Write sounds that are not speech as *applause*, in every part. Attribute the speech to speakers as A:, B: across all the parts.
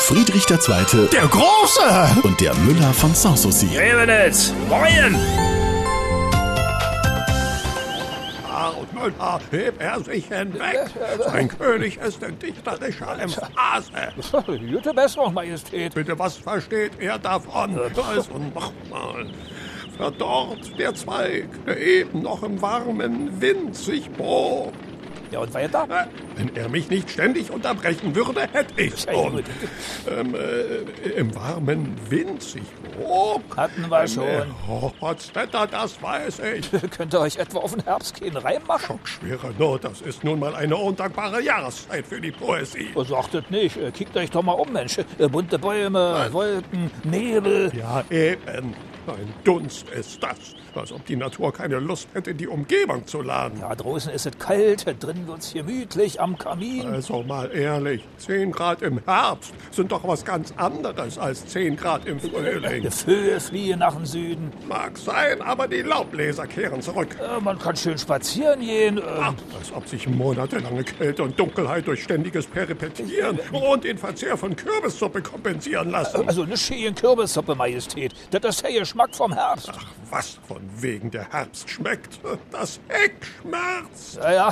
A: Friedrich II.
B: Der Große!
A: und der Müller von Sanssouci.
C: Revenitz! Moin!
B: Herr und Müller, heb er sich hinweg. Sein König ist ein dichterischer Emphase.
D: *laughs* Gute Besserung, Majestät.
B: Bitte, was versteht er davon? Also nochmal. Verdorrt der Zweig, der eben noch im warmen Wind sich bog.
D: Ja, und weiter?
B: Äh, Wenn er mich nicht ständig unterbrechen würde, hätte ich's schon.
D: gut.
B: Ähm, äh, Im warmen Wind sich bog.
D: Hatten wir
B: Ähm,
D: schon.
B: äh, Hochpotsdamer, das weiß ich.
D: *laughs* Könnt ihr euch etwa auf den Herbst keinen Reim machen?
B: Schwere Not, das ist nun mal eine undankbare Jahreszeit für die Poesie.
D: Sagtet nicht. Äh, Kickt euch doch mal um, Mensch. Äh, Bunte Bäume, Wolken, Nebel.
B: Ja, eben. Ein Dunst ist das. Als ob die Natur keine Lust hätte, die Umgebung zu laden.
D: Ja, draußen ist es kalt, drinnen wird's gemütlich am Kamin.
B: Also mal ehrlich, 10 Grad im Herbst sind doch was ganz anderes als 10 Grad im Frühling.
D: Die Vögel fliehen nach dem Süden.
B: Mag sein, aber die Laubbläser kehren zurück.
D: Äh, Man kann schön spazieren gehen.
B: Ah,
D: ähm,
B: Als ob sich monatelange Kälte und Dunkelheit durch ständiges Peripetieren und den Verzehr von Kürbissuppe kompensieren lassen.
D: Also eine schöne Kürbissuppe, Majestät. Das ist der Geschmack vom Herbst.
B: Ach, was von wegen der Herbst schmeckt. Das Heck schmerzt.
D: Naja,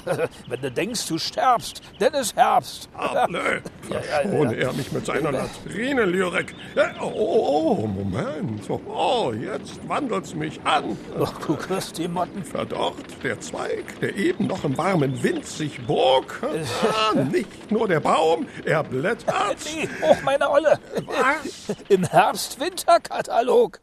D: wenn du denkst, du sterbst, dann ist Herbst. *laughs*
B: Able. Verschone er mich mit seiner Latrinenlyrik. Äh, Oh, oh, oh, Moment. Oh, jetzt wandelt's mich an.
D: Ach, Oh, du kriegst die Motten.
B: Verdorrt der Zweig, der eben noch im warmen Wind sich bog. Ah, nicht nur der Baum, er blättert.
D: *laughs* Nee, hoch meine Olle.
B: Was?
D: Im Herbst-Winter-Katalog.